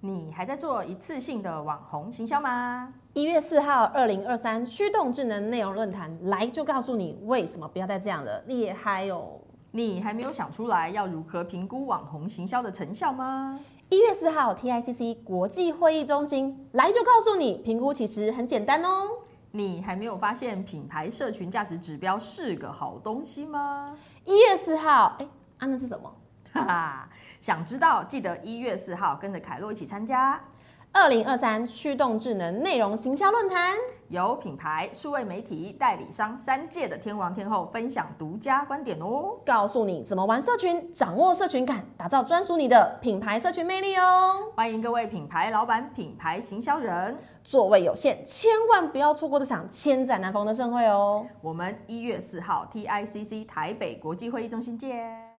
你还在做一次性的网红行销吗？一月四号，二零二三驱动智能内容论坛来就告诉你为什么不要再这样了，厉害哦！你还没有想出来要如何评估网红行销的成效吗？一月四号，TICC 国际会议中心来就告诉你，评估其实很简单哦。你还没有发现品牌社群价值指标是个好东西吗？一月四号，哎、啊，那是什么？哈哈，想知道记得一月四号跟着凯洛一起参加，二零二三驱动智能内容行销论坛。由品牌、数位媒体、代理商三界的天王天后分享独家观点哦。告诉你怎么玩社群，掌握社群感，打造专属你的品牌社群魅力哦。欢迎各位品牌老板、品牌行销人，座位有限，千万不要错过这场千载难逢的盛会哦。我们一月四号 TICC 台北国际会议中心见。